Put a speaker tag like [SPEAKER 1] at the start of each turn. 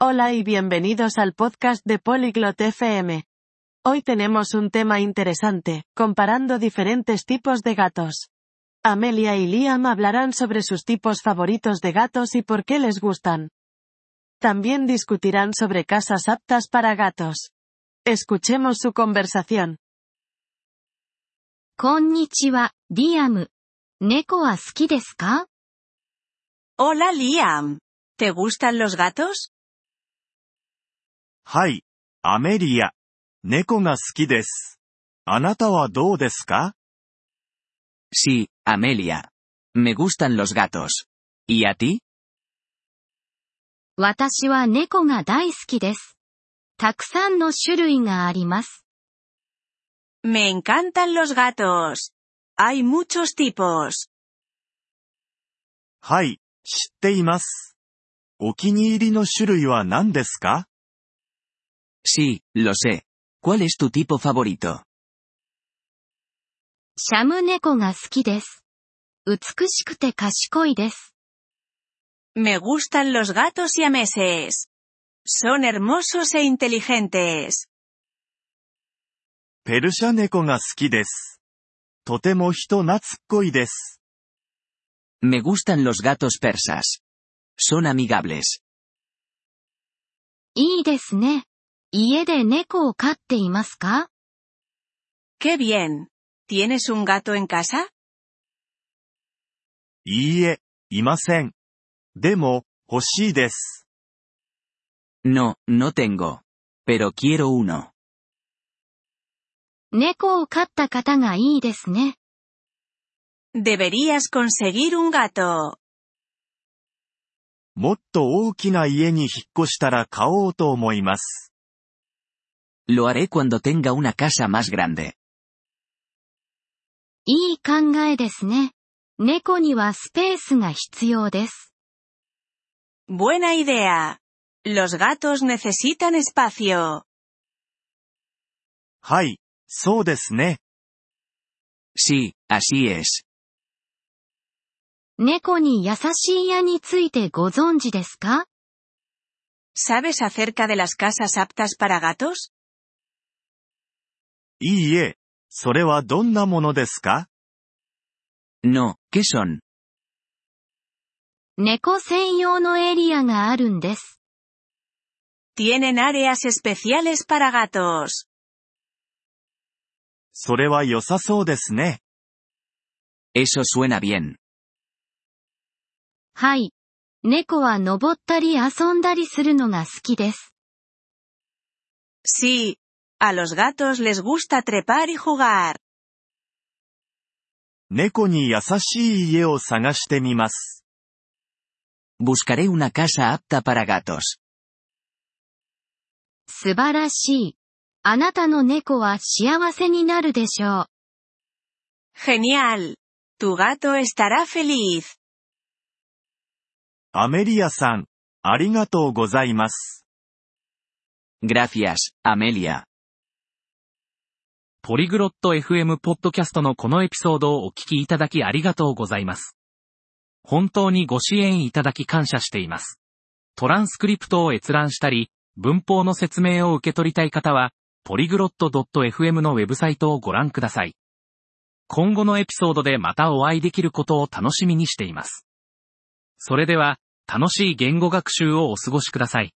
[SPEAKER 1] Hola y bienvenidos al podcast de Polyglot FM. Hoy tenemos un tema interesante, comparando diferentes tipos de gatos. Amelia y Liam hablarán sobre sus tipos favoritos de gatos y por qué les gustan. También discutirán sobre casas aptas para gatos. Escuchemos su conversación.
[SPEAKER 2] こんにちは、ディアム。猫は好きですか
[SPEAKER 3] Hola Liam. ¿Te gustan los gatos?
[SPEAKER 4] はい。アメリア。猫が好きです。あなたはどうですか
[SPEAKER 5] Sí, Amelia. Me gustan los gatos. ¿Y a ti?
[SPEAKER 2] 私は猫が大好きです。たくさんの種類があります。
[SPEAKER 3] Me encantan los gatos. Hay muchos tipos.
[SPEAKER 4] はい、知っています。お気に入りの種類は何ですか
[SPEAKER 5] Sí, lo sé. ¿Cuál es tu tipo favorito?
[SPEAKER 2] シャム猫が好きです。美しくて賢いです。
[SPEAKER 3] Me gustan los gatos siameses. Son hermosos e inteligentes.
[SPEAKER 4] ペルシャ猫が好きです。とても人懐っこいです。
[SPEAKER 5] Me gustan los gatos persas. Son amigables.
[SPEAKER 2] いいですね。家で猫を飼っていますか
[SPEAKER 3] ¡Qué bien! ¿Tienes un gato en casa?
[SPEAKER 4] いいえ、いません。でも、欲しいです。
[SPEAKER 5] No, no tengo. Pero quiero uno.
[SPEAKER 2] 猫を飼った方がいいですね。
[SPEAKER 3] Deberías conseguir un gato.
[SPEAKER 4] もっと大きな家に引っ越したら買おうと思います。
[SPEAKER 5] Lo haré cuando tenga una casa más grande.
[SPEAKER 2] いい考えですね。猫にはスペースが必要です。
[SPEAKER 3] Buena idea. Los gatos necesitan espacio.
[SPEAKER 4] はい、そうですね。
[SPEAKER 5] Sí, así es.
[SPEAKER 2] 猫に優しい家についてご存知ですか
[SPEAKER 3] ¿Sabes acerca de las casas aptas para gatos?
[SPEAKER 4] いいえ、それはどんなものですか
[SPEAKER 5] No, ¿qué son?
[SPEAKER 2] 猫専用のエリアがあるんです。
[SPEAKER 3] Tienen áreas especiales para gatos.
[SPEAKER 4] それは良さそうですね。
[SPEAKER 5] Eso suena bien.
[SPEAKER 2] はい。猫は登ったり遊んだりするのが好きです。
[SPEAKER 3] Sí. A los gatos les gusta trepar y jugar.
[SPEAKER 4] 猫に優しい家を探してみます。
[SPEAKER 5] Buscaré una casa apta para gatos.
[SPEAKER 2] 素晴らしい。あなたの猫は幸せになるでしょう。
[SPEAKER 3] Genial. Tu gato estará feliz.
[SPEAKER 4] アメリアさん、ありがとうございます。
[SPEAKER 5] Gracias, Amelia.
[SPEAKER 6] ポリグロット FM ポッドキャストのこのエピソードをお聞きいただきありがとうございます。本当にご支援いただき感謝しています。トランスクリプトを閲覧したり、文法の説明を受け取りたい方は、ポリグロット .fm のウェブサイトをご覧ください。今後のエピソードでまたお会いできることを楽しみにしています。それでは、楽しい言語学習をお過ごしください。